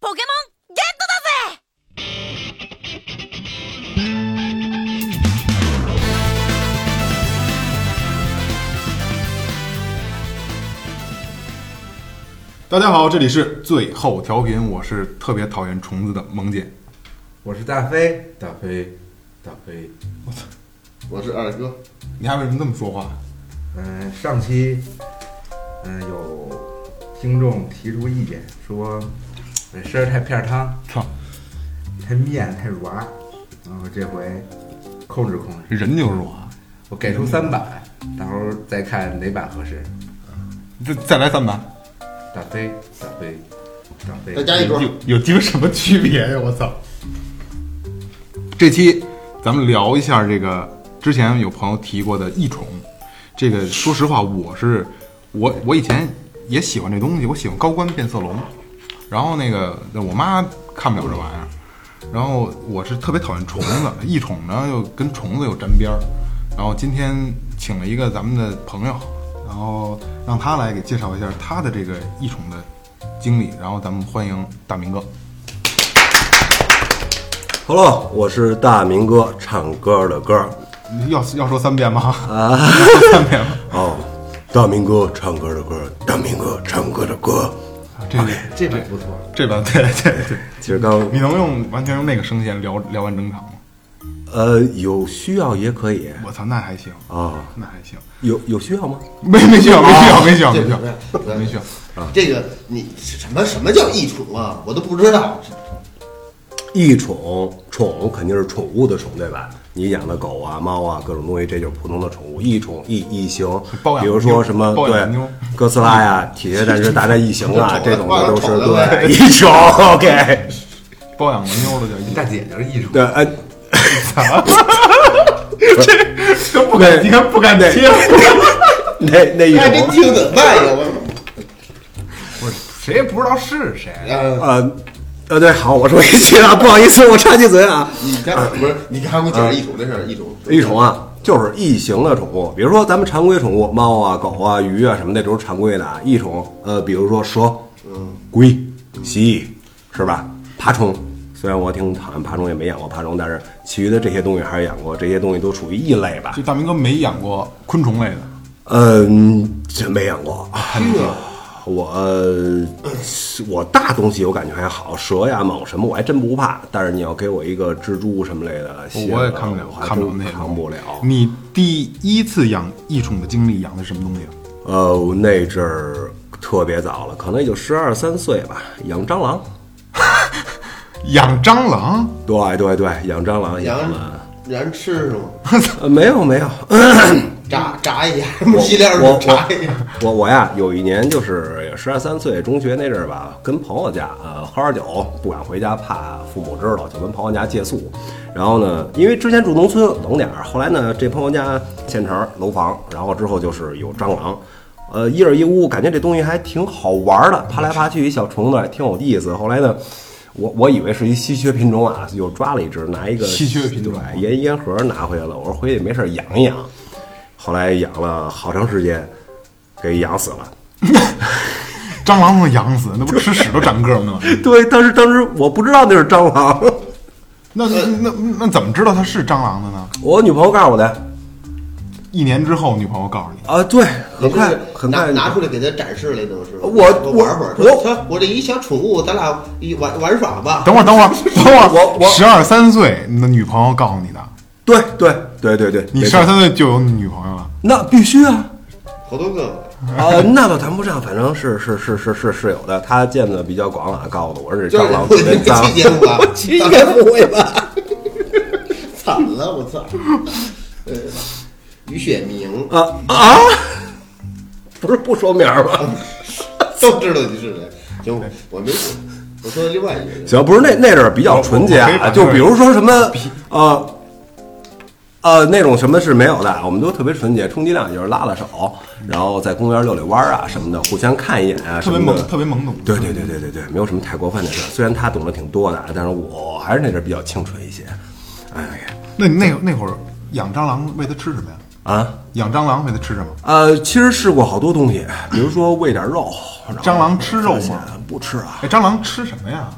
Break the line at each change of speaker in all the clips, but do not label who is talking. ポケモンゲットだぜ
大家好，这里是最后调频，我是特别讨厌虫子的萌姐。
我是大飞，大飞，大飞。
我是二哥，
你还为什么这么说话？
嗯、上期嗯、有听众提出意见说，这声儿太片儿汤，
操，
太面太软，然后这回控制控制，
人就是啊软，
我给出三版，到时候再看哪版合适。
再再来三把，
大飞，大飞，大飞，
再加一桌，
有有鸡巴什么区别呀？我操！这期咱们聊一下这个，之前有朋友提过的异虫，这个说实话，我是我我以前也喜欢这东西，我喜欢高官变色龙，然后那个那我妈看不了这玩意儿，然后我是特别讨厌虫子，异虫呢又跟虫子又沾边儿，然后今天请了一个咱们的朋友，然后让他来给介绍一下他的这个异虫的经历，然后咱们欢迎大明哥。
哈喽，我是大明哥，唱歌的歌儿
要要说三遍吗？啊，三遍吗？
哦，大明哥唱歌的歌儿，大明哥唱歌的歌儿。
啊这
这版不错。
这版 对对对，
其实刚
你能用完全用那个声线聊聊完整场吗？
呃有需要也可以
我操，那还行，
啊，
那还行，
有有需要吗？
没没需要没需要没需要
这
没需要
不对
没需要，
这个你什么什么叫异虫啊？我都不知道。
异宠宠肯定是宠物的宠，对吧？你养的狗啊、猫啊，各种东西，这就是普通的宠物。异宠、异异形
包，养
比如说什么
包
对
养妞
哥斯拉呀、铁血战士、大战异形 啊，
这
这
种
种
的
的都是
包养宠的呗
对异宠。OK，
包养个妞的叫一
大姐就是艺术，
对，哎，
都不敢你看不敢
对
接，
那那 异
还真
宠，
听怎么办呀？我
不是谁也不知道是谁，
啊，
呃呃，对，好，我说一句啊，不好意思，我插句嘴啊。
你看不是？你看我解释异虫这事儿，异 虫
异宠啊，就是异形的宠物，比如说咱们常规宠物，猫啊、狗啊、鱼啊什么的，都是常规的啊。异宠，呃，比如说蛇、龟、蜥蜴，是吧？爬虫，虽然我挺讨厌爬虫，也没养过爬虫，但是其余的这些东西还是养过，这些东西都属于异类吧
这？大明哥没养过昆虫类的，
嗯，真没养过。
虚啊，
我呃我大东西我感觉还好，蛇呀、蟒什么我还真不怕，但是你要给我一个蜘蛛什么类的，啊
我我也看不了
我，还
看不了
真
那个，
扛不了。
你第一次养异宠的经历养的什么东西？啊
呃，我那阵儿特别早了，可能也就十二三岁吧，养蟑螂。
养蟑螂？
对对对，养蟑螂
羊
养了。
人吃是吗？
呃，没 有没有，
炸炸一下，
我
稀料
我
炸一下。
我我呀，有一年就是十二三岁，中学那阵儿吧，跟朋友家呃喝点酒，不敢回家，怕父母知道，就跟朋友家借宿。然后呢，因为之前住农村冷点儿，后来呢，这朋友家县城楼房，然后之后就是有蟑螂。呃，一人一屋，感觉这东西还挺好玩儿的，爬来爬去一小虫子，挺有意思。后来呢，我我以为是一稀缺品种啊，又抓了一只，拿一个
稀缺品种
对烟烟盒拿回来了。我说回去没事儿养一养，后来养了好长时间，给养死了。
蟑螂能养死，那不吃屎都长个儿吗？
对，但是当时我不知道那是蟑螂，
那那那那那怎么知道它是蟑螂的呢？
我女朋友告诉我的。
一年之后，女朋友告诉你，
啊，对，很快
你就是
很快
拿拿出来给他展示来，等是吧
我
说玩会儿，
我
说说我这一小宠物，咱俩一玩玩耍吧。
等会儿，等会 儿，等会儿，
我我
十二三岁，那女朋友告诉你的，
对对对对对，
你
没
十
错
二三岁就有女朋友了，
那必须 啊。
好多个，
啊，那倒谈不上，反正是是是是是是有的。他见的比较广啊，告诉我是
就是
蟑螂
我
特别
这
脏
期。节目
啊
吧，
应该不会吧？
惨了，我操！ 呃，于雪明
啊啊！不是不说名儿 吗？
都知道你是谁。行，我没说，我说另外一个人。
行，不是那那阵儿比较纯洁
我我可以
啊，
把
就
这儿
比如说什么呃呃那种什么是没有的，我们都特别纯洁，充其量也就是拉拉手，然后在公园遛遛弯儿啊什么的，互相看一眼啊
特
什
别
么
懵
的，，
特别懵懂。
对对对对对对，没有什么太过分的事儿。虽然他懂得挺多的，啊但是我还是那阵儿比较清纯一些。哎呀
那那那会儿养蟑螂喂它吃什么呀？
啊，
养蟑螂喂它吃什么？
呃，其实试过好多东西，比如说喂点肉，然后
蟑螂吃肉吗
发现不吃啊。
哎，蟑螂吃什么呀？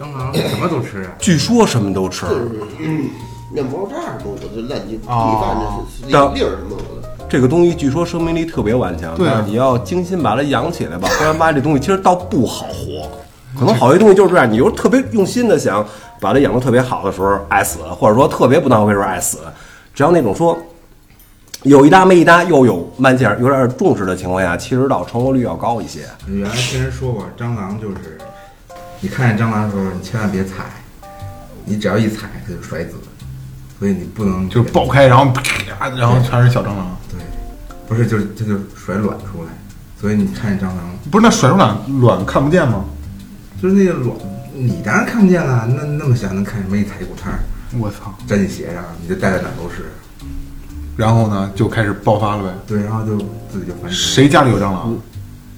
蟑螂什么都吃啊，
据说什么都吃，
就是嗯面包渣什么，我就烂泥米饭
哦
这是
但
粒儿什么我的，
这个东西据说生命力特别顽强，
对啊
但是你要精心把它养起来吧， 不然吧，这东西其实倒不好活。可能好些东西就是这样，你又特别用心的想把它养得特别好的时候爱死，或者说特别不当回事儿爱死。只要那种说有一搭没一搭，又有慢性儿有点重视的情况下，其实到成活率要高一些。
原来听人说过，蟑螂就是，你看见蟑螂的时候，你千万别踩，你只要一踩它就摔死了，所以你不能
就爆开，然后啪，然后全是小蟑螂。
对，不是就是它就甩卵出来，所以你看见蟑螂
不是那甩出卵卵看不见吗？
就是那个卵，你当然看不见了，那那么小能看什么？一踩一股汤儿
我操！
粘你鞋上，你就带的哪都是，
然后呢，就开始爆发了呗。
对，然后就自己就繁殖。
谁家里有蟑螂？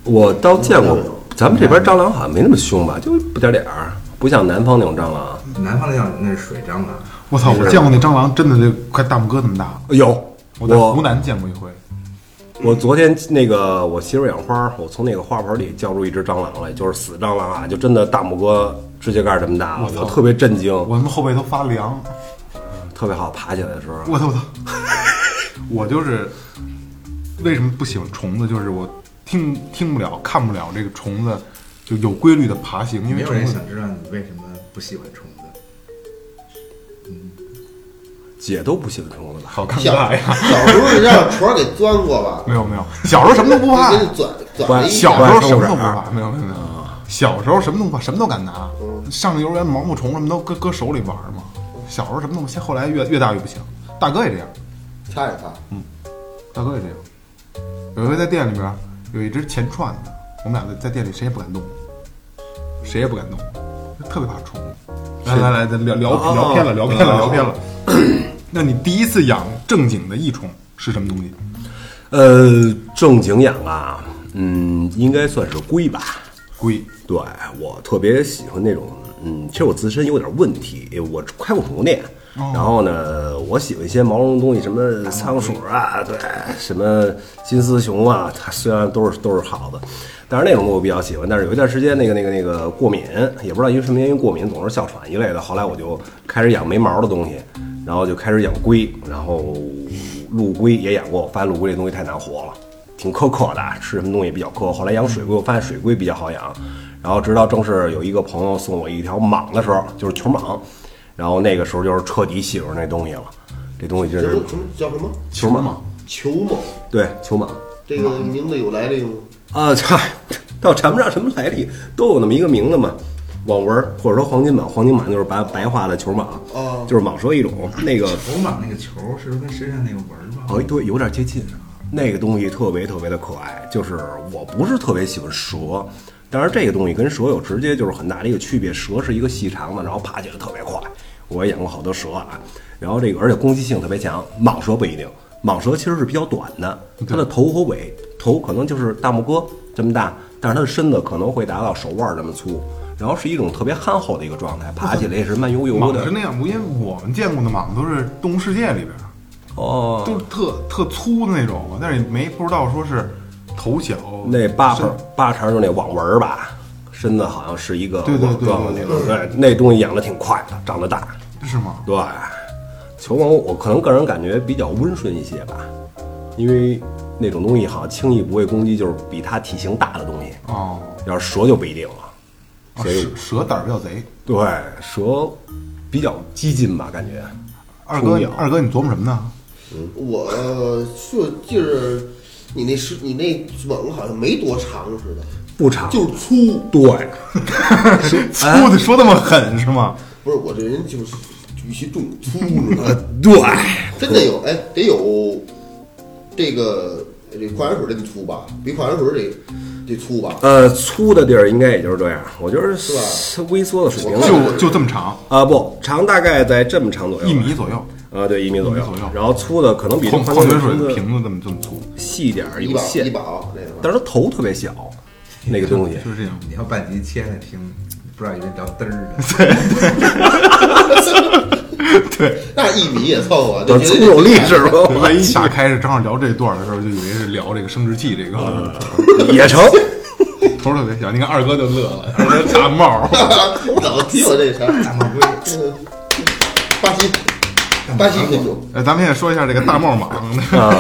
我倒见过，咱们这边蟑螂好像没那么凶吧，就不点儿点儿，不像南方那种蟑螂。
南方那叫那是水蟑螂，
我操！我见过那蟑螂，真的就快大拇哥那么大。
有，
我在湖南见过一回。
我昨天那个我媳妇儿养花儿，我从那个花盆里叫出一只蟑螂来，就是死蟑螂啊，就真的大拇哥指甲盖儿这么大，
我
我
操
特别震惊，
我他妈后背都发凉。
特别好爬起来的时候，
我操我操！ 我就是为什么不喜欢虫子，就是我听听不了、看不了这个虫子就有规律的爬行，因
没
为
有
虫
人
子
想知道你为什么不喜欢虫子。
姐都不喜欢虫子吧？
好尴
小
尬呀。
小时候让虫儿给钻过 吧，
没有没有，小时候什么都不怕
就，给你钻钻
不
了一下
小时候什么都
不
不
爱
怕，没有没有没有。小时候什么都不怕，什么都敢拿。上幼儿园毛毛虫什么都搁搁手里玩嘛。小时候什么都不行，后来越越大越不行。大哥也这样，
擦一擦，
大哥也这样。有一回在店里边有一只钱串子，我们俩在在店里谁也不敢动，谁也不敢动，特别怕虫。来来来，咱聊聊
哦
聊偏了，聊偏了，
哦
聊偏了。 那你第一次养正经的益虫是什么东西？
呃，正经养啊，嗯，应该算是龟吧。
龟。
对我特别喜欢那种，嗯，其实我自身有点问题，我开过宠物店，
哦
然后呢，我喜欢一些毛绒东西，什么仓鼠啊，对，什么金丝熊啊，它虽然都是都是好的，但是那种我比较喜欢。但是有一段时间那个那个那个过敏，也不知道因为什么原因过敏，总是哮喘一类的。后来我就开始养没毛的东西，然后就开始养龟，然后陆龟也养过，我发现陆龟这东西太难活了。挺苛刻的，吃什么东西比较苛。后来养水龟，我发现水龟比较好养。然后直到正式有一个朋友送我一条蟒的时候，就是球蟒，然后那个时候就是彻底喜欢那东西了。这东西真
什
是
么什么叫什么
球蟒，
球蟒，
对球蟒。
这个名字有来历吗？
啊，这倒谈不上什么来历，都有那么一个名字嘛。网纹儿或者说黄金蟒，黄金蟒就是白白化的球蟒，
哦
就是蟒蛇一种。那个
头蟒那个球是不是跟身上那个纹儿吧？
哦，对，有点接近。那个东西特别特别的可爱，就是我不是特别喜欢蛇，但是这个东西跟蛇有直接就是很大的一个区别。蛇是一个细长的，然后爬起来特别快。我也养过好多蛇啊，然后这个而且攻击性特别强。蟒蛇不一定，蟒蛇其实是比较短的，它的头和尾，头可能就是大拇哥这么大，但是它的身子可能会达到手腕这么粗，然后是一种特别憨厚的一个状态，爬起来也是慢悠悠
蟒
的
是。那样，因为我们见过的蟒都是动物世界里边，
哦，
都是特特粗的那种，但是也没不知道说是头小
那八
身
分八成就是那网纹儿吧，身子好像是一个
对对
网
对
状的
对
那种，对，那东西养的挺快的，长得大，
是吗？
对。球蟒我可能个人感觉比较温顺一些吧，因为那种东西好像轻易不会攻击，就是比它体型大的东西。
哦，
要是蛇就不一定了，
啊
所以
蛇蛇胆儿比较贼。
对蛇比较激进吧，感觉。
二哥
虫咬，
二哥，你琢磨什么呢？
我呃就就是你那是你那蟒好像没多长似的，
不长，
就是粗。
对，
粗
哎
的 说那么狠是吗？
不是我这人就是语气重粗，你知道吗？
对，
真的有，哎，得有这个这矿泉水这么粗吧？比矿泉水得得粗吧？
呃，粗的地儿应该也就是这样，我觉得
是
微缩的水平
我看
就就这么长，
啊，不长大概在这么长左右，
一米左右，
啊，对，一米左右
一米左右
然后粗的可哎能比
矿
这
矿泉
喷
水
子
的瓶子这么这么粗，
细一点儿，
医
有
保医
线，
保那个吧，
但是它头特别小，那个东西。
就是这样。
你要半集切了听，不知道以为聊嘚儿呢。
那一米也凑合，
我
就 觉
粗
得
有力 气吗？ 我
万一打
啊
开是正好聊这段的时候，就以为是聊这个生殖器这个。
也成。
头特别小，你看二哥就乐了，二哥大帽，
我 怎么提我这事儿？
大马龟，
巴西，巴西品种
呃，咱们现在说一下这个大帽蟒，
啊，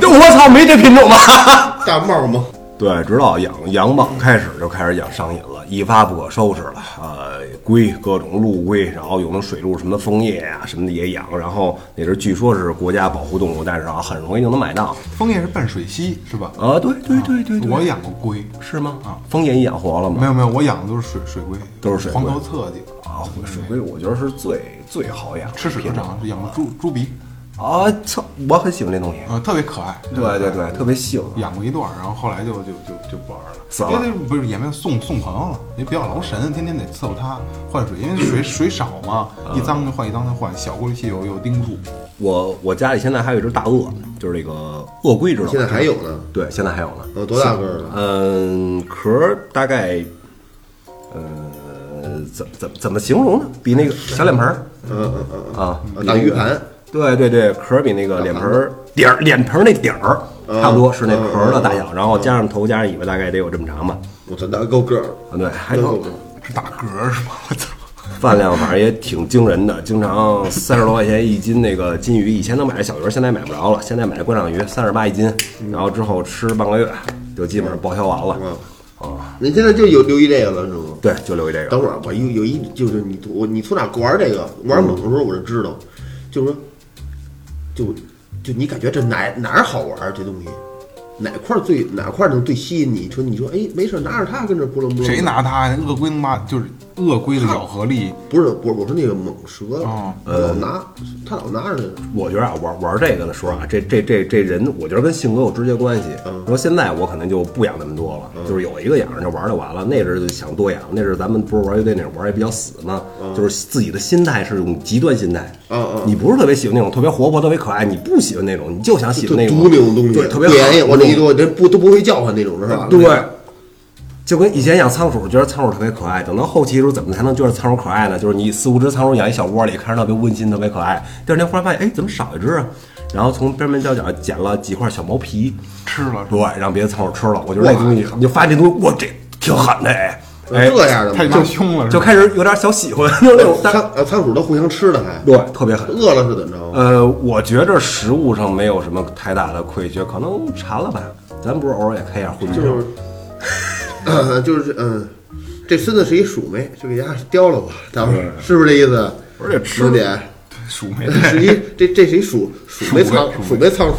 这 我操，没这品种吧？
大帽吗？
对，直到养养蟒开始就开始养上瘾了，一发不可收拾了。呃，龟各种陆龟，然后有那水陆什么枫叶啊什么的也养，然后也是据说是国家保护动物，但是啊很容易就能买到。
枫叶是淡水溪是吧？
啊，对对对对对，
我养过龟，
是吗？
啊，
枫叶你养活了吗？
没有没有，我养的都是水水龟，
都是水龟
黄头侧颈，
啊，水龟我觉得是最最好养的
吃屎
品
的
种
长，养了猪猪鼻，
啊！操，我很喜欢这东西。
呃，特别可爱，
对对对，特别幸
嗯
福。
养过一段儿，然后后来就就就就不玩了，
死了
因为那不是也没有送送朋友了，也比较劳神，天天得伺候它换水，因为 水水少嘛，
嗯
一脏就换一脏就换，小过滤器有有盯不住，
我我家里现在还有一只大鳄，就是这个鳄龟，知道吗？
现在还有呢，
对，现在还有呢。
有多大个儿了？
嗯，壳儿大概，呃，怎怎怎么形容呢？比那个小脸盆儿
嗯嗯嗯嗯
啊，
嗯，大鱼盘，
对对对，壳儿比那个脸盆儿底儿脸盆儿那底儿
嗯
差不多是那壳儿的大小，然后加上头加上尾巴，大概得有这么长吧。
我操，那够个儿，
啊，对，还
那够
有
个儿。
是打嗝儿是吗？ 我操！
饭量，反正也挺惊人的，经常三十多块钱一斤那个金鱼，以前能买小鱼，现在买不着了，现在买观赏鱼三十八一斤，然后之后吃半个月就基本上报销完
嗯
了。啊，
你现在就有留意这个了是吗？
对，就留一这个。
等会儿我有有一就是你我你从哪玩这个玩猛的时候我就知道，就是说，就就你感觉这哪哪儿好玩儿这东西，哪块儿最哪块儿能最吸引你？说你说哎没事儿拿着它跟这扑棱扑棱，
谁？拿它呀？鳄龟能把就是鳄龟的咬合力，
不是我我说那个猛蛇，
哦
它
呃
老拿它老拿着呢，
我觉得啊，玩玩这个的时候啊，这这这这人，我觉得跟性格有直接关系。
嗯
说现在我可能就不养那么多了，就是有一个养着就玩就完了。那阵儿就想多养，那阵儿咱们不是玩乐队那种玩也比较死嘛，就是自己的心态是一种极端心态。
嗯嗯
你不是特别喜欢那种特别活泼、特别可爱，你不喜欢那种，你就想喜
就
欢那种
毒那种东西，
对，特别
对哎
狠
我这一多这不都不会叫唤那种是吧？
对，就跟以前养仓鼠，觉得仓鼠特别可爱。等到后期的时候，怎么才能觉得仓鼠可爱呢？就是你四五只仓鼠养一小窝里，看着特别温馨，特别可爱。第二天忽然发现，哎，怎么少一只啊？然后从边边角角捡了几块小毛皮，
吃了
对，让别的仓鼠吃了。我觉得那东西，你就发现这东西，哇，这挺狠的哎，哎，
哎这样的
太
嘛
太凶了，
就开始有点小喜欢，就是那种， 但
仓呃仓鼠都互相吃的还，
对，特别狠。
饿了是怎么着？
呃，我觉着食物上没有什么太大的亏缺，可能馋了吧。咱不是偶尔也开一下荤
就
酒
是，呃就是嗯，这孙子是一鼠妹，就给家叼了吧，咱们是不是这意思？
而且吃
萌姐，
鼠没
是一这这是一鼠鼠妹仓鼠
鼠
妹仓鼠，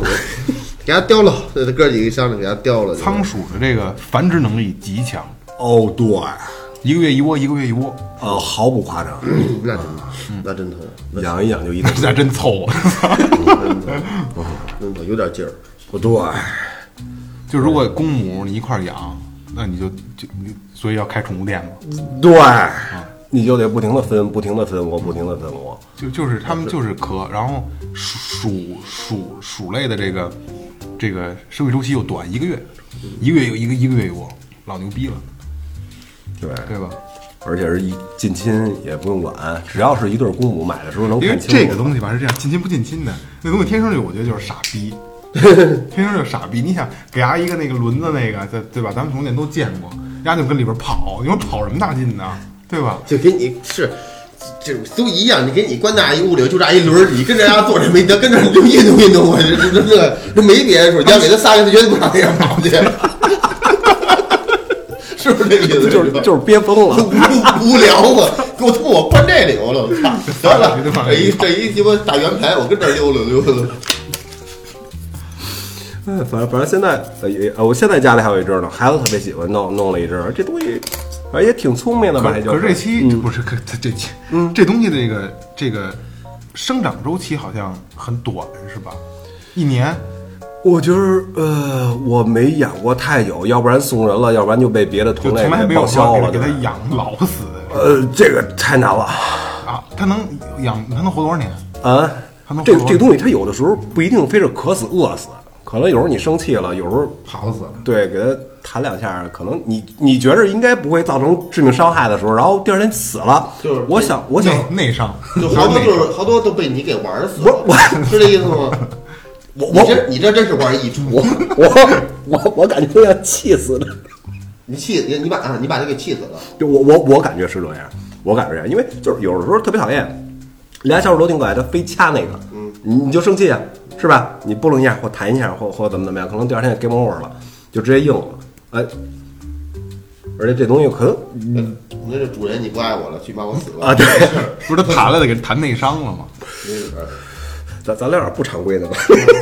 给家叼了，这哥几个商量给家叼了。
仓鼠的这个繁殖能力极强，
哦，对，
一个月一窝，一个月一窝，
呃，毫不夸张。
嗯
那真那真疼，
养一养就一头
这家真凑合。
真疼，有点劲儿。
不对，
就如果公母你一块儿养，那你就就你所以要开宠物店嘛。
对，你就得不停的分，不停的分我，不停的分我。
就就是它们就是壳，然后鼠鼠鼠鼠类的这个这个生育周期又短，一个月，一个月有一个一个月有，老牛逼了，
对，
对吧？
而且是一近亲也不用管，只要是一对公母买的时候能
因为
看清楚。
这个东西吧是这样，近亲不近亲的，那东西天生就我觉得就是傻逼，天生就是傻逼。你想给伢一个那个轮子那个，对对吧？咱们从前都见过，伢就跟里边跑，你说跑什么大劲呢？对吧？
就给你是，这都一样。你给你关大一屋里，就这一轮儿，你跟这家坐着没得，跟这儿就运动运动，我这这这这没别的事儿。你要给他仨人，他绝对不让那样跑去，是不是这意思？
就是就是憋疯了。
无无聊嘛，给我他妈我关这里头了，我操！得了，这一这一鸡巴打圆盘，我跟这儿溜溜溜溜。
哎，反正反正现在呃也呃，我现在家里还有一只呢，孩子特别喜欢弄弄了一只，这东西反正也挺聪明的吧？
可
就嗯
可是这期、不是可这这期，这东西这个这个生长周期好像很短，是吧？一年
我觉得呃，我没养过太久，要不然送人了，要不然就被别的
就
同类
从来
给
没有
报销
说
了。
给它
对
养老死
呃，这个太难了。
啊！它能养，它能活多少年？
啊
还能，
这
活
这个东西它有的时候不一定非是渴死饿死，可能有时候你生气了，有时候
跑死了。
对给它弹两下，可能你你觉着应该不会造成致命伤害的时候，然后第二天死了，
就是
我想我想
内内伤，
就
还
好
有
多
内
就是
伤
好多都被你给玩儿死
我我
了，是这意思吗？
我
你
我
这你这真是玩儿溢出。
我我我我感觉要气死了。
你气你你把啊你把他给气死了，
就我我我感觉是这样，我感觉这样，因为就是有的时候特别讨厌，俩小伙都挺可爱，他非掐那个，嗯，你你就生气啊，是吧？你拨弄一下或弹一下或或怎么怎么样，可能第二天就 game over 了，就直接硬了，哎，而且这东西可能
嗯，你说这主人你不爱我了，去把我死了
啊，对，
不是他谈了的给谈内伤了吗？
没准儿
咱咱聊点不常规的吧。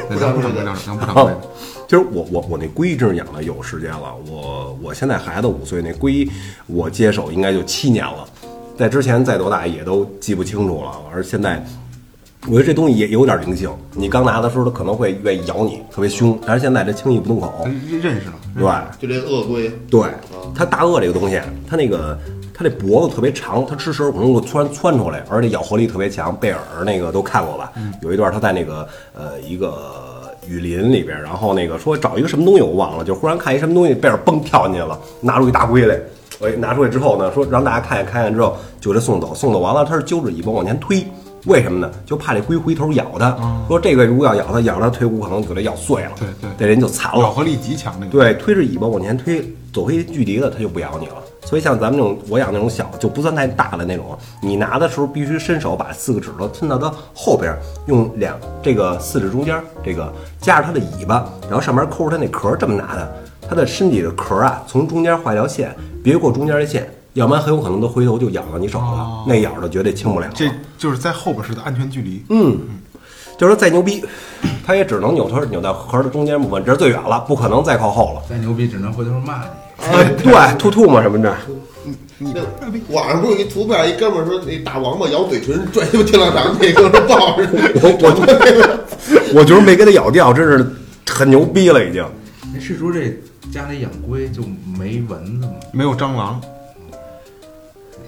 不常规的，咱不常规
哦
的。
就是啊我我我那龟真是养了有时间了，我我现在孩子五岁，那龟我接手应该就七年了，在之前再多大也都记不清楚了，而现在。我觉得这东西也有点灵性，你刚拿的时候它可能会愿意咬你，特别凶，但是现在它轻易不动口，
认呃认识了，
对
就这鳄龟，
对，它大鳄这个东西，它那个它这脖子特别长，它吃食儿可能会突然窜出来，而且咬合力特别强。贝尔那个都看过吧？有一段他在那个呃一个雨林里边，然后那个说找一个什么东西我忘了，就忽然看一什么东西，贝尔蹦跳进去了，拿出一大龟来。哎，拿出来之后呢，说让大家看一看，看见之后就这送走，送走完了，他是揪着尾巴往前推，为什么呢？就怕这龟回头咬它。说这个如果要咬它，咬它腿骨可能就得咬碎了，
对对
这人就残了，
咬合力极强那个。
对，推着尾巴往前推，走开距离了，它就不咬你了。所以像咱们这种，我养那种小，就不算太大的那种，你拿的时候必须伸手把四个指头伸到它后边，用两这个四指中间这个夹着它的尾巴，然后上面扣着它那壳，这么拿的。它的身体的壳啊，从中间画一条线，别过中间的线，要不然很有可能它回头就咬到你手了，那咬着绝对轻不了了。
这就是在后边是的安全距离。嗯，
就是说再牛逼，它也只能扭头扭到壳的中间部分，这是最远了，不可能再靠后了。
再牛逼只能回头骂你。
啊对，吐吐沫什么的。嗯
那网上不是有一图片，一哥们儿说那大王八咬嘴唇拽鸡巴天狼长那哥们儿抱着，
我我我觉得没给它咬掉，真是很牛逼了，已经。
那是说这家里养龟就没蚊子吗？
没有蟑螂，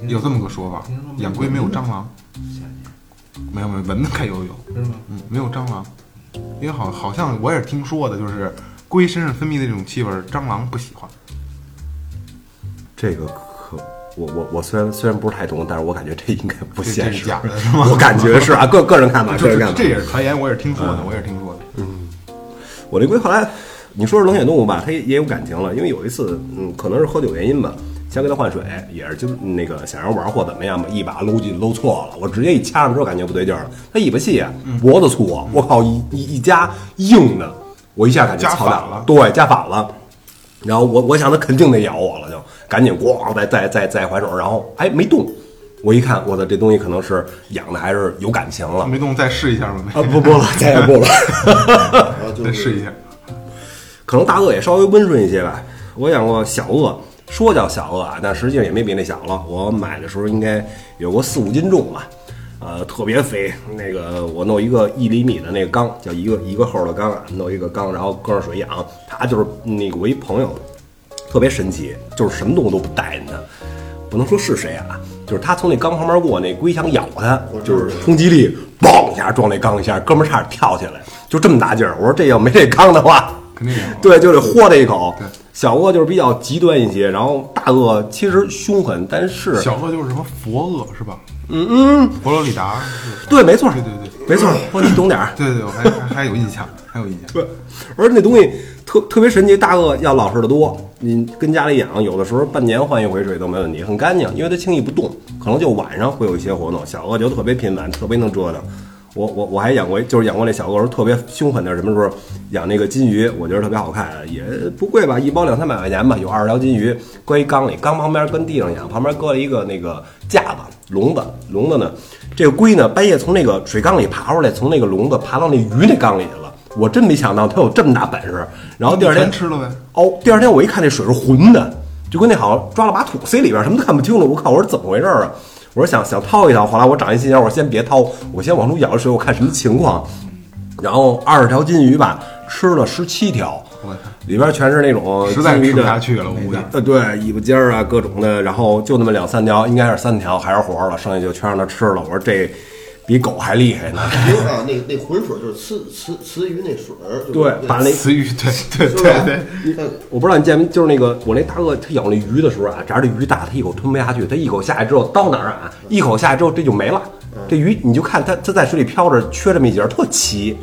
有这么个说法
听说，没
养龟没有蟑螂，
夏天
没有没有蚊子该有有，
是吗？
嗯，没有蟑螂，因为好好像我也是听说的，就是龟身上分泌的这种气味，蟑螂不喜欢。
这个可，我我我虽然虽然不是太懂，但是我感觉这应该不
这
现
这
实，
是假的是吗
我感觉是啊，个个人看法，个
这
人看
这这
法。
也是传言，我也是听说
嗯
的，我也是听说的。
我这龟后来，你说是冷血动物吧，它也也有感情了，因为有一次，嗯，可能是喝酒原因吧，先给它换水，也是就那个想要玩或怎么样吧，一把搂进搂错了，我直接一掐上之后感觉不对劲儿了，它尾巴细啊，
嗯
脖子粗啊，我靠一一一夹硬的，我一下感觉
夹
操
反
蛋
了
对，夹反了。然后我我想它肯定得咬我了，就赶紧咣再再再再还手，然后哎没动，我一看我的这东西可能是养的还是有感情了
没动再试一下吧，
啊不播了再也不了。
然后就
再
是
试一下。
可能大鳄也稍微温顺一些吧。我养过小鳄，说叫小鳄啊，但实际上也没比那小了。我买的时候应该有个四五斤重吧，呃，特别肥。那个我弄一个一厘米的那个缸，叫一个一个厚的缸啊，弄一个缸，然后搁上水养。它就是那个我一朋友，特别神奇，就是什么动物都不带你的，不能说是谁啊，就是他从那缸旁边过，那龟想咬他，就是冲击力，嘣一下撞那缸一下，哥们儿差点跳起来，就这么大劲儿。我说这要没这缸的话，
肯定有
对，就得豁它一口
对。
小鳄就是比较极端一些，然后大鳄其实凶狠，但是
小鳄就是什么佛鳄是吧？
嗯嗯，
佛罗里达，
对，没错，
对对对
没错， 我你懂点儿。
对对对，我还还还有印象，还有印象。
对，而且那东西特特别神奇，大鳄要老实的多。你跟家里养，有的时候半年换一回水都没问题，很干净，因为它轻易不动。可能就晚上会有一些活动。小鳄就特别频繁，特别能折腾。我我我还养过，就是养过那小鳄时候特别凶狠的是什么时候养那个金鱼，我觉得特别好看，也不贵吧，一包两三百块钱吧，有二十条金鱼，搁一缸里，缸旁边跟地上养，旁边搁了一个那个架子笼子，笼子呢，这个龟呢半夜从那个水缸里爬出来，从那个笼子爬到那鱼那缸里去了。我真没想到他有这么大本事。然后第二天
全吃了呗。
哦，第二天我一看那水是浑的，就跟那好像抓了把土塞里边，什么都看不清了。我靠，我说怎么回事啊？我说想想掏一掏，后来我长一心眼，我说先别掏，我先往出舀着水，我看什么情况。然后二十条金鱼吧，吃了十七条
我操，
里边全是那种
实在
金鱼
吃不
的
下去了，我估计。
呃，对，尾巴尖儿啊，各种的，然后就那么两三条，应该是三条还是活了，剩下就全让它吃了。我说这比狗还厉害呢。
因为啊，那那浑水就是雌雌雌鱼那水儿，就是
对，把那
词语，对对对 对，
我不知道你见没，就是那个我那大鳄，它咬那鱼的时候啊，只要这鱼大，它一口吞不下去，它一口下去之后到哪儿啊，一口下去之后这就没了。
嗯
这鱼你就看它，它在水里飘着，缺这么一截儿，特齐，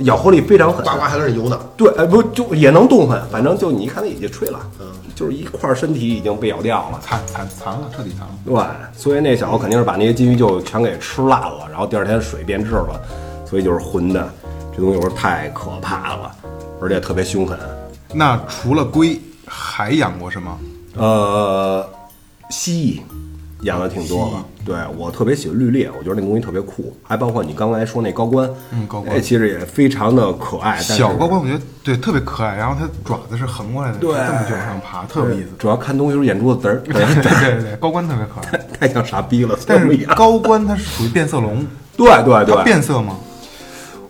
咬合力非常狠。
呱呱还在那游呢。
对，哎，不就也能动弹，反正就你一看它也就吹了。
嗯，
就是一块儿身体已经被咬掉了。
残残残了，彻底残了。
对，所以那小子肯定是把那些金鱼就全给吃烂了，然后第二天水变质了，所以就是混的。这东西我说太可怕了，而且特别凶狠。
那除了龟，还养过什么？
呃，蜥蜴养的挺多的。对我特别喜欢绿鬣，我觉得那东西特别酷，还包括你刚才说那高官，
嗯高官
哎其实也非常的可爱。但是
小高官我觉得对特别可爱，然后它爪子是横过来的，
对
这么就往上爬，特有意思。
主要看东西时候眼珠子 嘚
对
儿，
对对，高官特别可爱，
太像傻逼了，
但
所以
是
不养
高官它是属于变色龙，
对对
它
对，
嗯变色吗？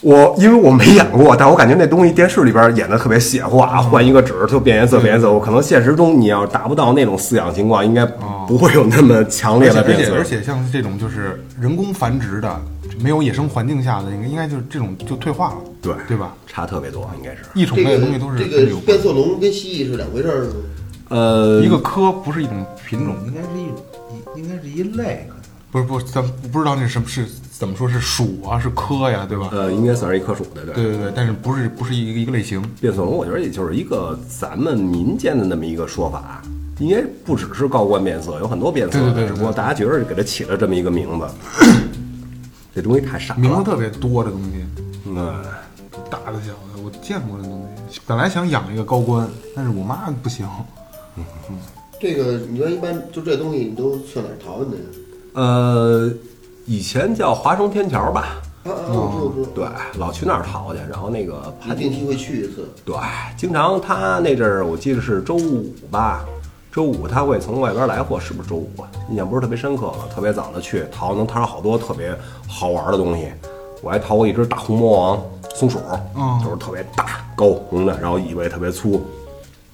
我因为我没演过，但我感觉那东西电视里边演的特别邪乎啊，换一个纸就变颜色，变颜色。
嗯
我可能现实中你要达不到那种饲养情况，应该不会有那么强烈
而且
的
而
变
且
色。
而且像这种就是人工繁殖的，没有野生环境下的，应该应该就是这种就退化了，
对
对吧？
差特别多，应该是。
异宠
这
类
个
的东西都是
这
跟有
个
关
变色龙跟蜥蜴是两回事儿吗？
呃，
一个科，不是一种品种，
应该是一一应该是一类，可能
不是不是，咱不知道那是什么是怎么说是属啊，是科呀，对吧？
呃，应该算是一棵树的，对。
对对对，但是不是不是一个一个类型，
变色龙，我觉得也就是一个咱们民间的那么一个说法，应该不只是高官变色，有很多变色的，
对对对对
只不过大家觉得给它起了这么一个名 字。这东西太傻了，
名字特别多的东西，
嗯，
大的小的，我见过这东西。本来想养一个高官，但是我妈不行，
这个你说一般就这东西，你都去哪儿淘的呀？
呃，以前叫华生天桥吧，
啊啊，我知道，我知道，
对，老去那儿淘去，然后那个
一定期会去一次。
对，经常他那阵儿，我记得是周五吧，周五他会从外边来货，是不是周五啊？印象不是特别深刻了，特别早的去淘，能淘上好多特别好玩的东西。我还淘过一只大红魔王松鼠，
嗯
就是特别大高红的，然后尾巴也特别粗，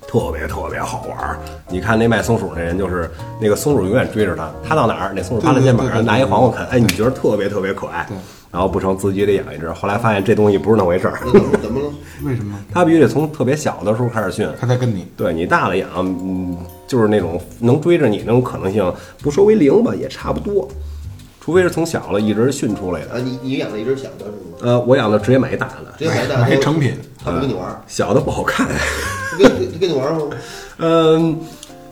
特别特别好玩儿。你看那卖松鼠那人，就是那个松鼠永远追着他，他到哪儿，那松鼠趴他肩膀
对对对对
上拿一黄瓜啃，哎，你觉得特别特别可爱。然后不成，自己得养一只。后来发现这东西不是那回事儿，
那怎么怎么了？
为什么？
它必须得从特别小的时候开始训。
她在跟你
对你大了养，嗯，就是那种能追着你那种可能性，不说为零吧，也差不多，除非是从小了一直训出来的。
啊，你你养了一只小的是吗？
呃，我养的直接买一大的，
直接买大
买
的，
成品嗯
他不跟你玩儿，
小的不好看。
他跟他跟你 玩儿吗？
嗯，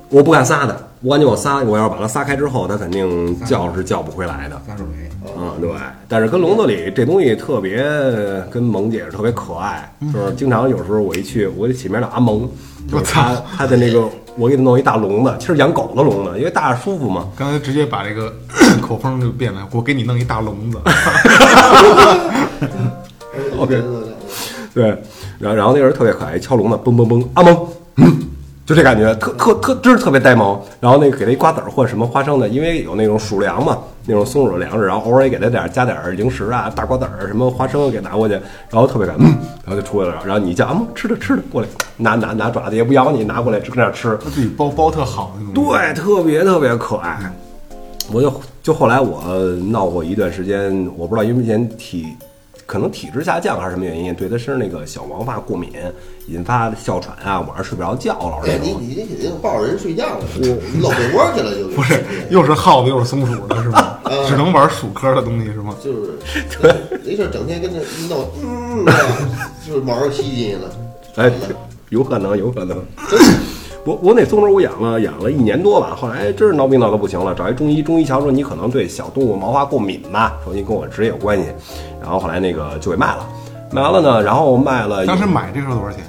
我不敢撒的，我感觉我撒，我要是把它撒开之后，它肯定叫是叫不回来的。
撒手没。
啊、对，但是跟笼子里这东西特别，跟萌姐是特别可爱，就是经常有时候我一去，我得起名叫阿萌，就是她她的那个，我给她弄一大笼子，其实养狗的笼子，因为大着舒服嘛。
刚才直接把这个 口风就变了，我给你弄一大笼子，
OK，
对，然后然后那人特别可爱，一敲笼子，嘣嘣嘣，阿蒙，嗯，就这感觉，特特特，真是特别呆萌。然后那个给他一瓜子儿或者什么花生的，因为有那种鼠粮嘛，那种松鼠粮食，然后偶尔也给他点儿加点儿零食啊，大瓜子儿什么花生给拿过去，然后特别可爱，嗯，然后就出来了。然后你叫阿蒙吃着吃着过来，拿拿拿爪子也不咬你，拿过来就跟那儿吃，
她自己包包特好那种。
对，特别特别可爱。我就就后来我闹过一段时间，我不知道因为以前体可能体质下降还是什么原因，对他身上那个小毛发过敏，引发哮喘啊，晚上睡不着觉了
哎
对
那
你
种。
你这肯定抱着人睡觉了，你搂被窝去了就
不是，又是耗子又是松鼠的是 吗？
嗯
只能玩鼠科的东西是吗？
就是对，没事儿整天跟着一弄，嗯，啊就是毛儿吸进去了。
哎，有可能，有可能。我我那松鼠我养了养了一年多吧，后来真是闹病闹得不行了，找一中医，中医瞧说你可能对小动物毛发过敏吧，说你跟我职业有关系，然后后来那个就给卖了，卖完了呢，然后卖了有，
当时买这个时候多少钱？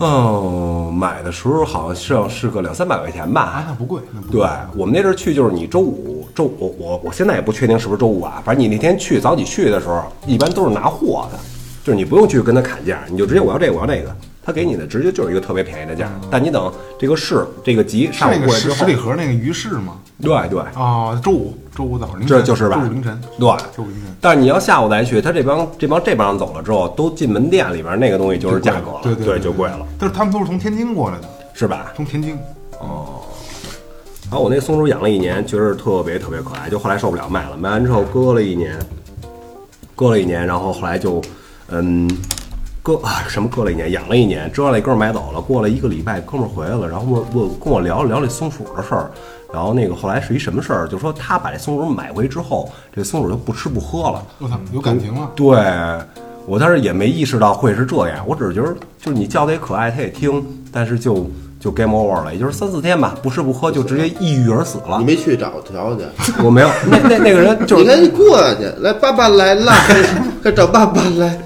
哦，买的时候好像是个两三百块钱
啊，
吧。
那不贵，那不贵。
对我们那阵儿去就是你周五周五我我现在也不确定是不是周五啊，反正你那天去早起去的时候，一般都是拿货的，就是你不用去跟他砍价，你就直接我要这个我要那个，他给你的直接就是一个特别便宜的价。但你等这个市这个集
是
上
嗯那个
午过来
十
之
十
后，
里河那个鱼市吗？
对对，
啊，周五周五早上凌晨，
这就是吧
周五凌晨，
对
周五凌晨。
但是你要下午再去，他这帮这帮这帮人走了之后，都进门店里边，那个东西就是价格了，
对对对，
就贵了，。
但是他们都是从天津过来的，
是吧？
从天津。
然后我那松鼠养了一年，觉得特别特别可爱，就后来受不了卖了，卖完之后搁了一年，搁了一年，然后后来就，嗯，搁啊什么搁了一年，养了一年，之后那哥们儿买走了，过了一个礼拜，哥们儿回来了，然后问问跟我聊了聊这松鼠的事儿，然后那个后来是一什么事儿，就说他把这松鼠买回之后，这松鼠就不吃不喝了。
我操，有感情了。
对，我当时也没意识到会是这样，我只是觉得就是你叫它也可爱，它也听，但是就就 game over 了，也就是三四天吧，不吃不喝就直接抑郁而死了
你。没去找条去？
我没有，那那那个人就
你赶
是
紧过去，来爸爸来了， 快找爸爸来。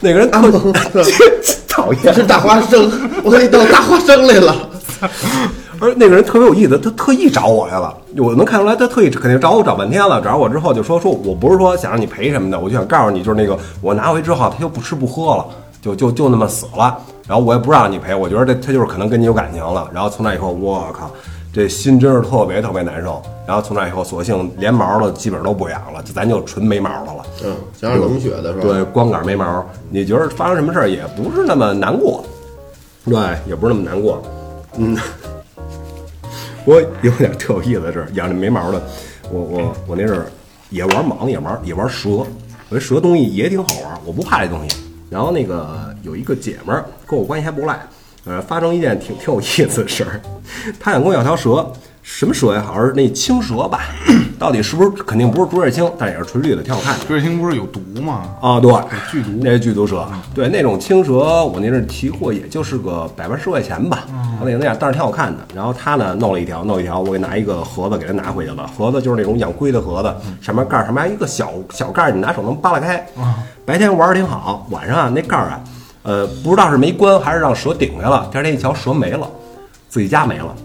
那个人
安
特
蒙，
讨
这
厌，
是大花生，我给你弄大花生来了。
而那个人特别有意思，他特意找我来了，我能看出来他特意肯定找我找半天了，找我之后就说说我不是说想让你赔什么的，我就想告诉你，就是那个我拿回之后他就不吃不喝了，就就就那么死了，然后我也不让你赔，我觉得这他就是可能跟你有感情了，然后从那以后我靠，这心真是特别特别难受，然后从那以后索性连毛的基本都不养了，就咱就纯没毛的了。
嗯，想想冷血的是吧？
对，，光杆没毛，你觉得发生什么事儿也不是那么难过，对，也不是那么难过。嗯， 我有点特有意思的是，养这没毛的，我我我那阵儿也玩蟒，也玩也玩蛇，我觉得蛇东西也挺好玩儿，我不怕这东西。然后那个有一个姐们儿跟我关系还不赖，呃，发生一件挺挺有意思的事儿，她想跟我要条蛇，什么蛇呀？好像是那青蛇吧， 到底是不是肯定不是竹叶青，但也是纯绿的，挺好看的。
追星不是有毒吗？
啊，对，
剧毒
那是剧毒蛇，对那种青蛇，我那阵提货也就是个百八十块钱吧，
嗯
那个那样，但是挺好看的。然后他呢弄了一条，弄一条，我给拿一个盒子给他拿回去了，盒子就是那种养龟的盒子，
嗯
上面盖儿上面还有一个小小盖儿，你拿手能扒拉开。白天玩儿挺好，晚上啊那盖儿啊，呃不知道是没关还是让蛇顶开了，第二天一瞧蛇没了，自己家没了，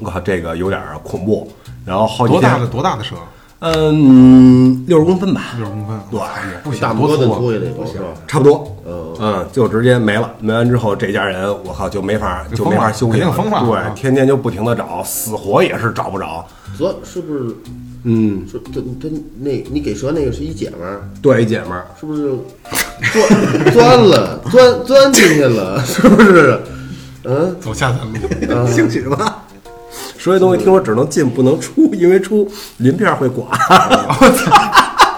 我靠这个有点儿恐怖。然后好几
多大
天
的，多大的蛇？
嗯，六十公分吧，
六十公分，
对
哇也不
大
小，
摩
多
托
粗啊！
出去里头是吧？
差不多，
嗯
哦
嗯，就直接没了。没完之后，这家人我靠就没法
就
就
疯
没法
了
休息
肯定疯了啊
对，天天就不停的找，死活也是找不着。
蛇是不是？
嗯，
是真真那，你给蛇那个是一姐们儿，
对，一姐们儿，
是不是钻钻了钻钻进去了？是不是？嗯，
走下三路，
兴许吧。所以东西听 说只能进不能出，因为出鳞片 会刮。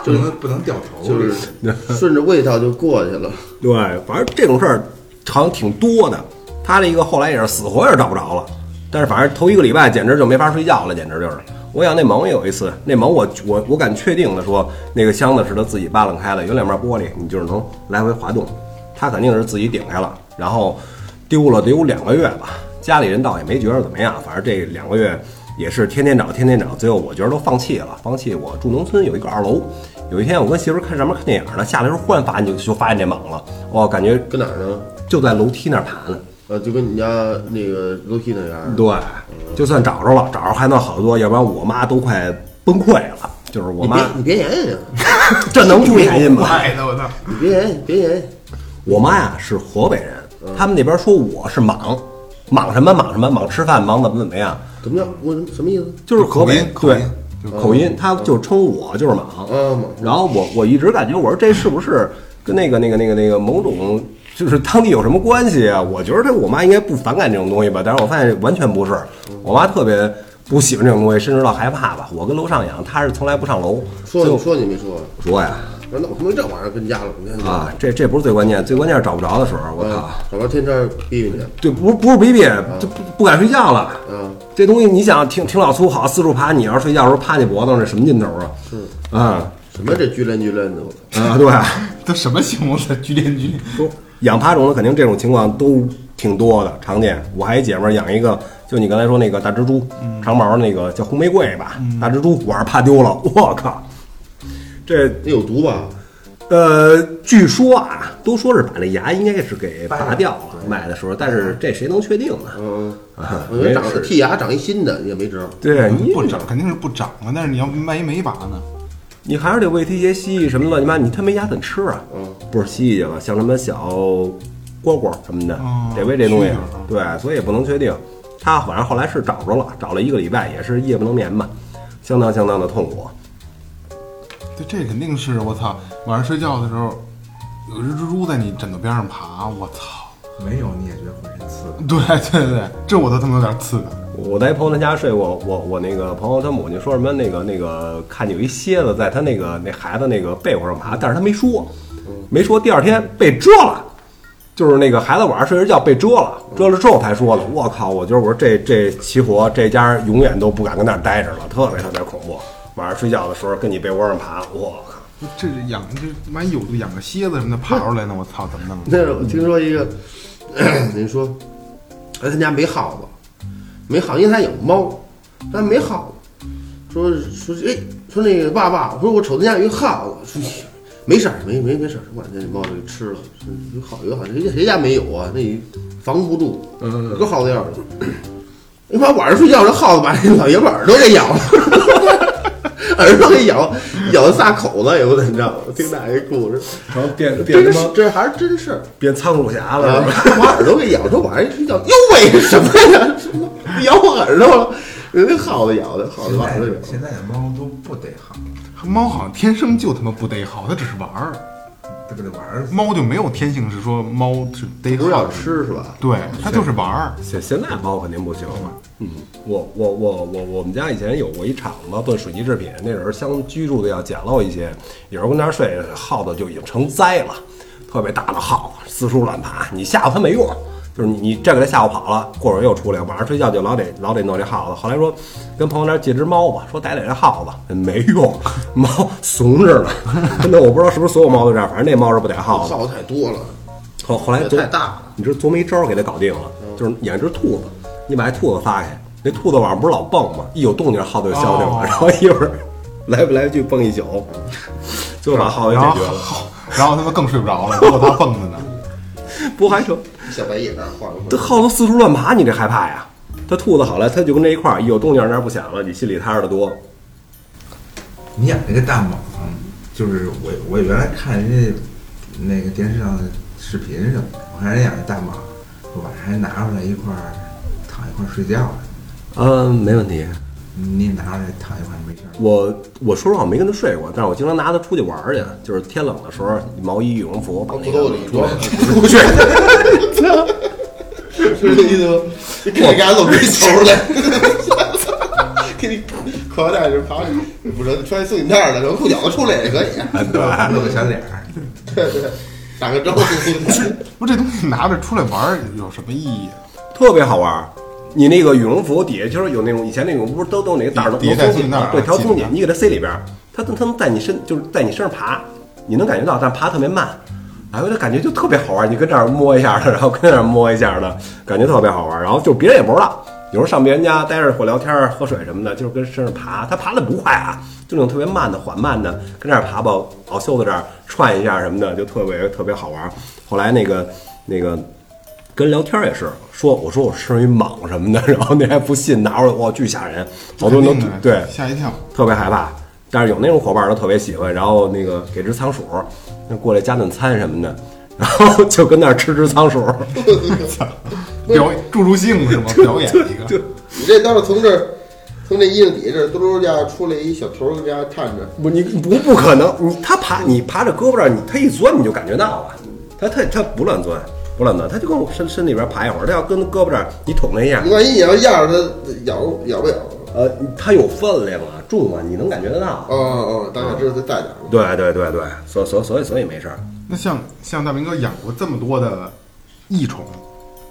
不能不能掉头，
就是 顺着味道就过去了。
对，反正这种事儿好像挺多的。他那个后来也是死活也是找不着了，但是反正头一个礼拜简直就没法睡觉了，简直就是。我养那萌也有一次，那萌我我我敢确定的说，那个箱子是他自己扒拉开了，有两面玻璃，你就是能来回滑动。他肯定是自己顶开了，然后丢了得有两个月吧，家里人倒也没觉得怎么样，反正这两个月也是天天找，天天找，最后我觉得都放弃了，放弃。我住农村有一个二楼，有一天我跟媳妇儿看上面看电影呢，下来时候忽然发现就就发现这蟒了，哦，感觉
跟哪儿呢？
就在楼梯那儿爬呢。
呃，就跟你家那个楼梯那边儿。
对，就算找着了，找着还能好得多，要不然我妈都快崩溃了。就是我
你
妈
别，你别研究，
这能不联系吗？
坏的我操！
你别研究，别嗯研究。
我妈呀是河北人，他们那边说我是莽，莽什么莽什么莽吃饭，莽怎么怎么样。
怎么样？我什么意思？
就是河北
口音
对口音，他就称我就是莽。
嗯
然后我我一直感觉我说这是不是跟那个那个那个那个某种就是当地有什么关系啊？我觉得这我妈应该不反感这种东西吧，但是我发现完全不是，我妈特别不喜欢这种东西，甚至到害怕吧。我跟楼上养，她是从来不上楼。
说
最
你
后
说你没说？
说呀
那我他妈这玩意儿跟家了，你看
啊，这这不是最关键，最关键是找不着的时候，我靠。
啊，找着天天逼逼你。
对，不不是逼逼，就不不敢睡觉了。
嗯，
这东西你想挺挺老粗，好四处爬，你要是睡觉的时候趴你脖子上，这什么劲头啊？是啊
什么这拘练拘练的，我操！
啊，对，
这什么形容词？居连居连，
都 养爬虫的肯定这种情况都挺多的，常见。我还一姐们儿养一个，就你刚才说那个大蜘蛛，长毛那个叫红玫瑰吧，大蜘蛛，我是怕丢了，我靠，这
那有毒吧？
呃，据说啊，都说是把那牙应该是给拔掉了，买的时候，但是这谁能确定呢？
嗯，
啊
我觉得
没
长
事
剔牙长一新的也没辙。
对啊你
不长肯定是不长了，但是你要万一没拔呢？
你还是得喂它一些蜥蜴什么的乱七八，你他没牙怎么吃啊？
嗯，
不是蜥蜴去了，像什么小蝈蝈什么的，
哦
得喂这东西啊
蛐蛐儿。
对，所以也不能确定。他反正后来是找着了，找了一个礼拜，也是夜不能眠吧，相当相当的痛苦。
对，这肯定是我操！晚上睡觉的时候，有只蜘蛛在你枕头边上爬，我操！
没有你也觉得浑身刺痛。
对对对，这我都他妈有点刺的。
我在一朋友他家睡过，我我那个朋友他母亲说什么那个那个看见有一蝎子在他那个那孩子那个被窝上爬，但是他没说，没说，第二天被蛰了，就是那个孩子晚上睡着觉被蛰了，蛰了之后才说的。我靠，我觉得我说这这齐活这家永远都不敢跟那儿待着了，特别特别恐怖。晚上睡觉的时候跟你被窝上爬，我靠。
这是养这万一有毒养个 蝎子什么的爬出来呢？我操，怎么弄？
那我听说一个，您说哎，他家没耗子，没耗，因为他养猫，但没耗子。说说哎，说那个爸爸，我说我瞅他家有一耗子，说没事儿，没没没事儿，我把那猫给吃了。说有好有好，谁家谁家没有啊？那防不住，有个耗子药的。你哎妈晚上睡觉，这耗子把那老爷们耳朵给咬了， 耳朵给咬咬了仨口子，也不怎么着。我听大爷故事，
然后变变
这
他妈
是这还是真事儿。
变仓鼠侠了
啊
是吧？，
把耳朵给咬着，晚上一睡觉，哟喂，什么呀？什么咬我耳朵了？人家耗子咬的，耗子
现
把耳朵
在
咬。
现在的猫都不得好，
猫好像天生就他妈不逮好，它只是玩儿。
都给它玩儿死。
猫就没有天性是说猫是逮
不
耗
是要
的，
吃是吧？
对，它就是玩儿。
现现在猫肯定不行了。嗯，我我我我我们家以前有过一厂子做水泥制品，那时候相居住的要简陋一些，有时候跟那儿睡，耗子就已经成灾了，特别大的耗子，四处乱爬，你吓唬它没用。就是你，你这给它吓唬跑了，过会儿又出来，晚上睡觉就老得老得弄这耗子。后来说，跟朋友那儿借只猫吧，说逮逮这耗子没用，猫怂着呢。 真的，我不知道是不是所有猫都这样，反正那猫是不逮耗子。
耗子太多了，
后后来
也
琢
太大了嗯
你知道琢磨一招给它搞定了，就是养一只兔子，你把那兔子撒开，那兔子晚上不是老蹦吗？一有动静耗子就消停了，
哦
然后一会儿 来不来去蹦一宿，最后把耗子
然
解
后
决了，
然后他妈更睡不着了，如果它蹦着呢。
不还成？
小白眼儿晃
这耗
晃。
子四处乱爬，你这害怕呀？这兔子好了，它就跟这一块儿，一有动静那儿不响了，你心里踏实的多。
你养这个大蟒，嗯就是我我原来看人家那个电视上的视频什么的，我看人养的大蟒，晚上还拿出来一块儿躺一块儿睡觉呢。
嗯，没问题。
你也拿出来躺一块儿没事儿。
我我说实话，我没跟它睡过，但是我经常拿它出去玩儿去，就是天冷的时候，毛衣、羽绒服，把那
不
个
够里
出
装
来，，
出去。是这意思吗？你给你家露背头来，给你裤腰带就爬，不是穿松紧带儿的，然后裤脚子出来也可以。
露个小脸儿，
对对，打个招呼。
不是这东西拿着出来玩儿有什么意义啊？
特别好玩儿。你那个羽绒服底下就是有那种以前那种不是都都那个带儿能
底底下
能
带松紧带儿啊
对，调
系
松紧
带，
你给它塞里边儿，它它它能在你身就是在你身上爬，你能哎感觉到，但爬特别慢。哎呦，这感觉就特别好玩儿，你跟这儿摸一下的，然后跟这儿摸一下的，感觉特别好玩儿。 然后就别人也不知道，有时候上别人家待着或聊天儿、喝水什么的，就是跟身上爬，它爬的不快啊，就那种特别慢的、缓慢的，跟这儿爬吧，老袖子这儿串一下什么的，就特别特别好玩儿。后来那个那个跟聊天也是说，我说我是一蟒什么的， 然后那还不信，拿出来哇，巨吓人，好多人
肯
都
定的
对
吓一跳。
特别害怕。但是有那种伙伴儿都特别喜欢，然后那个给只仓鼠，那过来加顿餐什么的，然后就跟那儿吃只仓鼠，
表注入性是吗？表演 一个，
你这当时从这儿，从这衣裳底下这儿嘟嘟家出来一小头儿，跟家探着。
不，你不不可能，你他爬你爬着胳膊这儿，你他一钻你就感觉到了，他他他不乱钻，不乱钻，他就跟我身身里边爬一会儿，他要跟胳膊这儿你捅他一下
你，万一你要压着它咬咬不咬？
呃，他有分量啊，重啊，你能感觉得到。
哦哦，大概知道它大点儿。
对对对对，所所所以所以没事儿。
那像像大明哥养过这么多的异宠，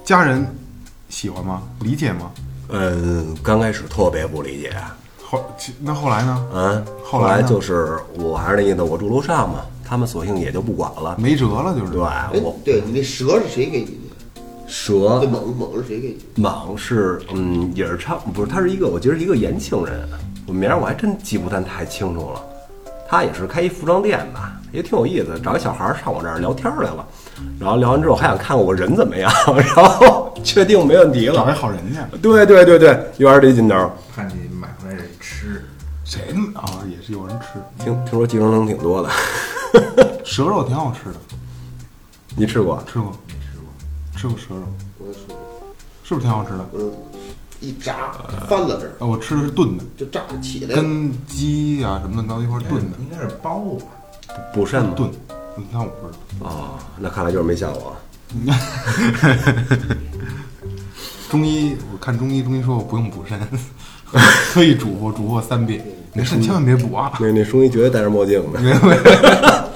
家人喜欢吗？理解吗？
嗯，刚开始特别不理解，
后其那后来呢？
嗯，
后
后
来呢
来就是我还是那意思，我住楼上嘛，他们索性也就不管了。
没辙了，就是
对，啊
哎
我，
对你那蛇是谁给你的？
蛇
那猛猛是谁给你的？
蟒是嗯也是差不是，他是一个我记得是一个延庆人，我名儿我还真记不太太清楚了。他也是开一服装店吧，也挺有意思，找一小孩儿上我这儿聊天儿来了，然后聊完之后还想看看我人怎么样， 然后确定没问题
找一
了。
好人家。
对对对对，有点这劲头儿。
怕你买回来吃。
谁呢啊？也是有人吃
听听说寄生虫挺多的，
蛇肉，挺好吃的。
你吃过？
吃过？吃过蛇肉，
我说
是不是挺好吃的？
我说一炸翻了这儿，
啊，我吃的是炖的，
就炸起来了。
跟鸡啊什么乱糟一块儿炖的，
应该是包吧？
补肾吗？
炖。你看我不知道。
嗯 哦，那看来就是没吓我。
中医，我看中医，中医说我不用补肾， 特意嘱咐嘱咐三遍，你肾千万别补 啊。
那那中医绝对戴着墨镜的。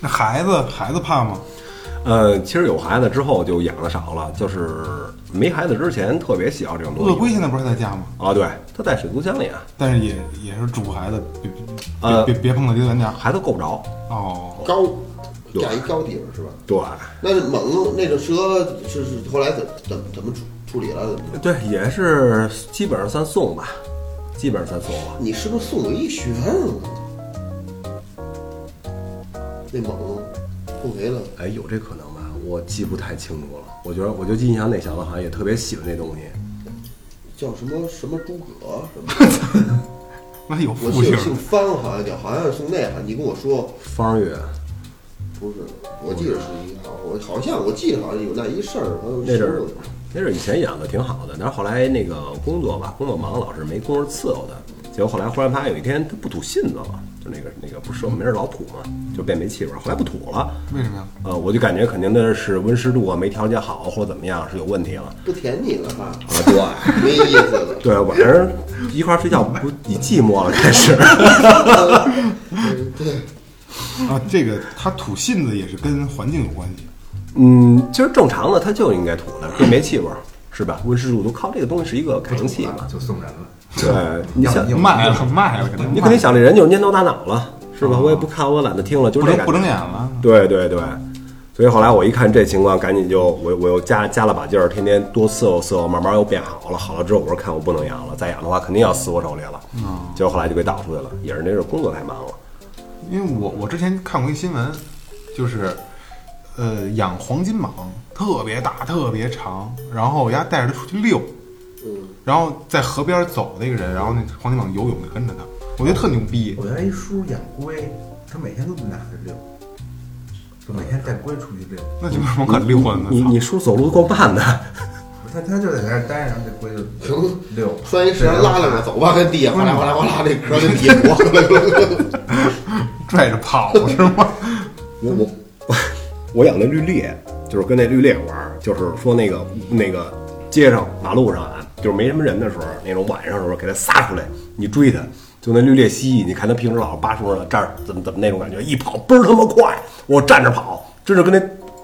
那孩子，孩子怕吗？
呃，其实有孩子之后就养的少了，就是没孩子之前特别喜欢这种东西。
鳄龟现在不是还在家吗？
啊，对，它在水族箱里啊，
但是也也是嘱咐孩子，别别
呃
别别碰到离咱家。
孩子够不着。
哦，
高，架一高地方是吧？
对，
那这猛那个蛇是是后来怎怎么怎么处处理了？怎么着？
对，也是基本上算送吧，基本上算送了。
你是不是送我一悬啊？那猛送谁了？
哎，有这可能吧？我记不太清楚了。我觉得，我就印象那小子好像也特别喜欢这东西。
叫什么什么诸葛什么？
那有
我
父
记
亲
得，姓方，好像叫，好像是送那个。你跟我说
方月
不是，我记得是一个，我好像我记得好像有那一事儿，好像
那阵
是
儿，那阵儿以前养的挺好的，但是后来那个工作吧，工作忙，老是没工夫伺候它。结果后来忽然发现有一天它不吐信子了，就那个那个不是我没事儿老吐嘛，就变没气味儿。后来不吐了，
为什么呀？
呃，我就感觉肯定那是温湿度啊没调节好或者怎么样是有问题了。
不舔你了吧？
啊，对，
没意思了。
对，晚上一块儿睡觉不你寂寞了开始。
啊，这个他吐信子也是跟环境有关系。
嗯，其实正常的它就应该吐的，并没气味儿，是吧？温湿度都靠这个东西是一个感应器嘛。
就送人了。
对，你想，
卖了卖了，可能卖
你肯
了
定想这人就是蔫头大脑了，是吧？我也不看，我也懒得听了，就
不
是
睁
这感
不睁
觉。
眼了。
对对对，所以后来我一看这情况，赶紧就我我又加加了把劲儿，天天多伺候伺候，慢慢又变好了。好了之后，我说看我不能养了，再养的话肯定要死我手里了。嗯，结果后来就给导出来了，也是那阵工作太忙了。
因为我我之前看过一新闻，就是呃养黄金蟒，特别大，特别长，然后人家带着它出去遛，
嗯
然后在河边走那个人，然后那黄金蟒游泳就跟着他，我觉得特牛逼。
我原来一叔养龟，他每天都拿着遛，就每天带龟出去遛，
那就没什么可遛的呢。
你
操
你叔走路够慢的，
他他就在那儿待着，然后这龟就遛，
拴一绳拉拉着走吧，跟地下哗啦哗啦哗啦，那壳跟地下磨合了。
拽着跑是吗？
我我我我养那绿鬣，就是跟那绿鬣玩儿，就是说那个那个街上马路上啊，就是没什么人的时候，那种晚上的时候给它撒出来，你追它，就那绿鬣蜥蜴，你看它平时老是扒树上这儿怎么怎么那种感觉，一跑倍儿他妈快，我站着跑，真是跟那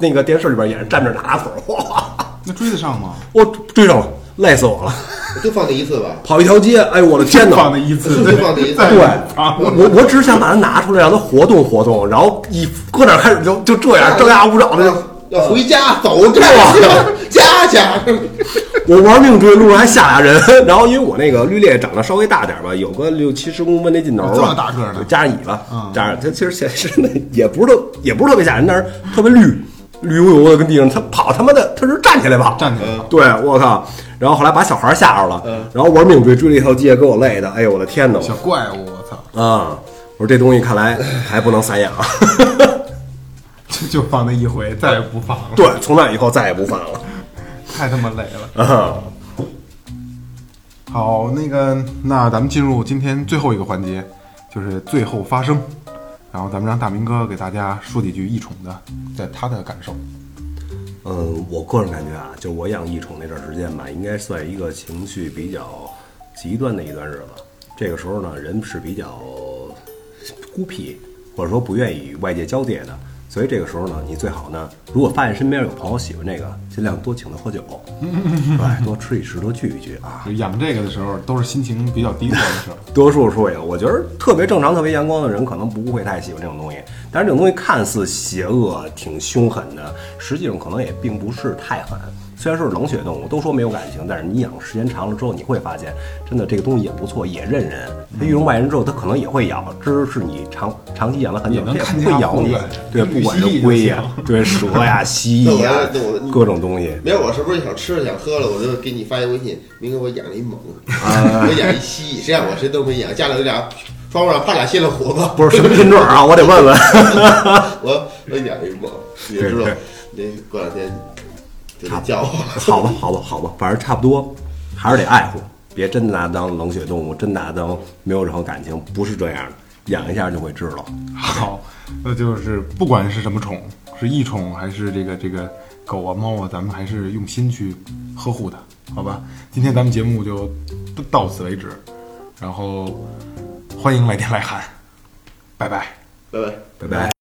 那个电视里边演站着拿腿儿，哇，
那追得上吗？
我追上了，累死我了，
就放那一次吧，
跑一条街，哎呦我的天 哪！
放那一次，
就放那一次
再
对，
放
我我只是想把它拿出来，让它活动活动，然后一搁那儿开始就就这样张牙舞爪的就。
要回家走开， 家家。
我玩命追，路上还下俩人。 然后因为我那个绿鬣长得稍微大点儿吧，有个六七十公分那劲头儿吧，
这么大个儿呢嗯
加上尾巴，加上它其实显身的也不是特也不是特别吓人，但是特别绿，绿油油的跟地上。它跑他妈的，它是站起来跑，
站起来嗯跑
对我靠！然后后来把小孩吓着了，然后玩命追，追了一条街，给我累的，哎呦我的天呐！
小怪物，我操！
啊，我说这东西看来还不能散养。
就 就放那一回，再也不放了，
对，从那以后再也不犯了。
太他妈累了。
啊，
好，那个，那咱们进入今天最后一个环节，就是最后发声。然后咱们让大明哥给大家说几句异宠的，在他的感受。
嗯，我个人感觉啊，就我养异宠那段时间吧，应该算一个情绪比较极端的一段日子。这个时候呢，人是比较孤僻，或者说不愿意与外界交界的。所以这个时候呢，你最好呢，如果发现身边有朋友喜欢这个，尽量多请他喝酒， 对，多吃一吃，多聚一聚啊。
就养这个的时候，都是心情比较低落的时候。
多数说有，我觉得特别正常、特别阳光的人可能不会太喜欢这种东西。但是这种东西看似邪恶、挺凶狠的，实际上可能也并不是太狠。虽然说是冷血动物，都说没有感情，但是你养时间长了之后，你会发现，真的这个东西也不错，也认人。
嗯
它遇上外人之后，它可能也会咬，只是你长长期养了很久，
也
它
能
也
看
不
家
会咬
护
你
院。
对，
跟
不
绿
管
蜥蜴
是
就
龟呀
行、
对蛇呀、蜥蜴呀
那我那我，
各种东西。
明儿我是不是想吃了想喝了，我就给你发一微信。明儿我养了一猛，
啊
我养一蜥蜴，谁让我谁都没养，家里有俩窗户上趴俩蝎子胡子，
不是什么品种啊？我得问问。
我我养一猛，你知道，那过两天就得叫 我。
好吧，好吧，好吧，反正差不多，还是得爱护，别真拿当冷血动物，真拿当没有任何感情，不是这样的。养一下就会知道。
好，那就是不管是什么宠，是异宠还是这个这个狗啊猫啊，咱们还是用心去呵护它，好吧？今天咱们节目就到此为止，然后欢迎来电来函，拜拜。
拜拜。
拜拜。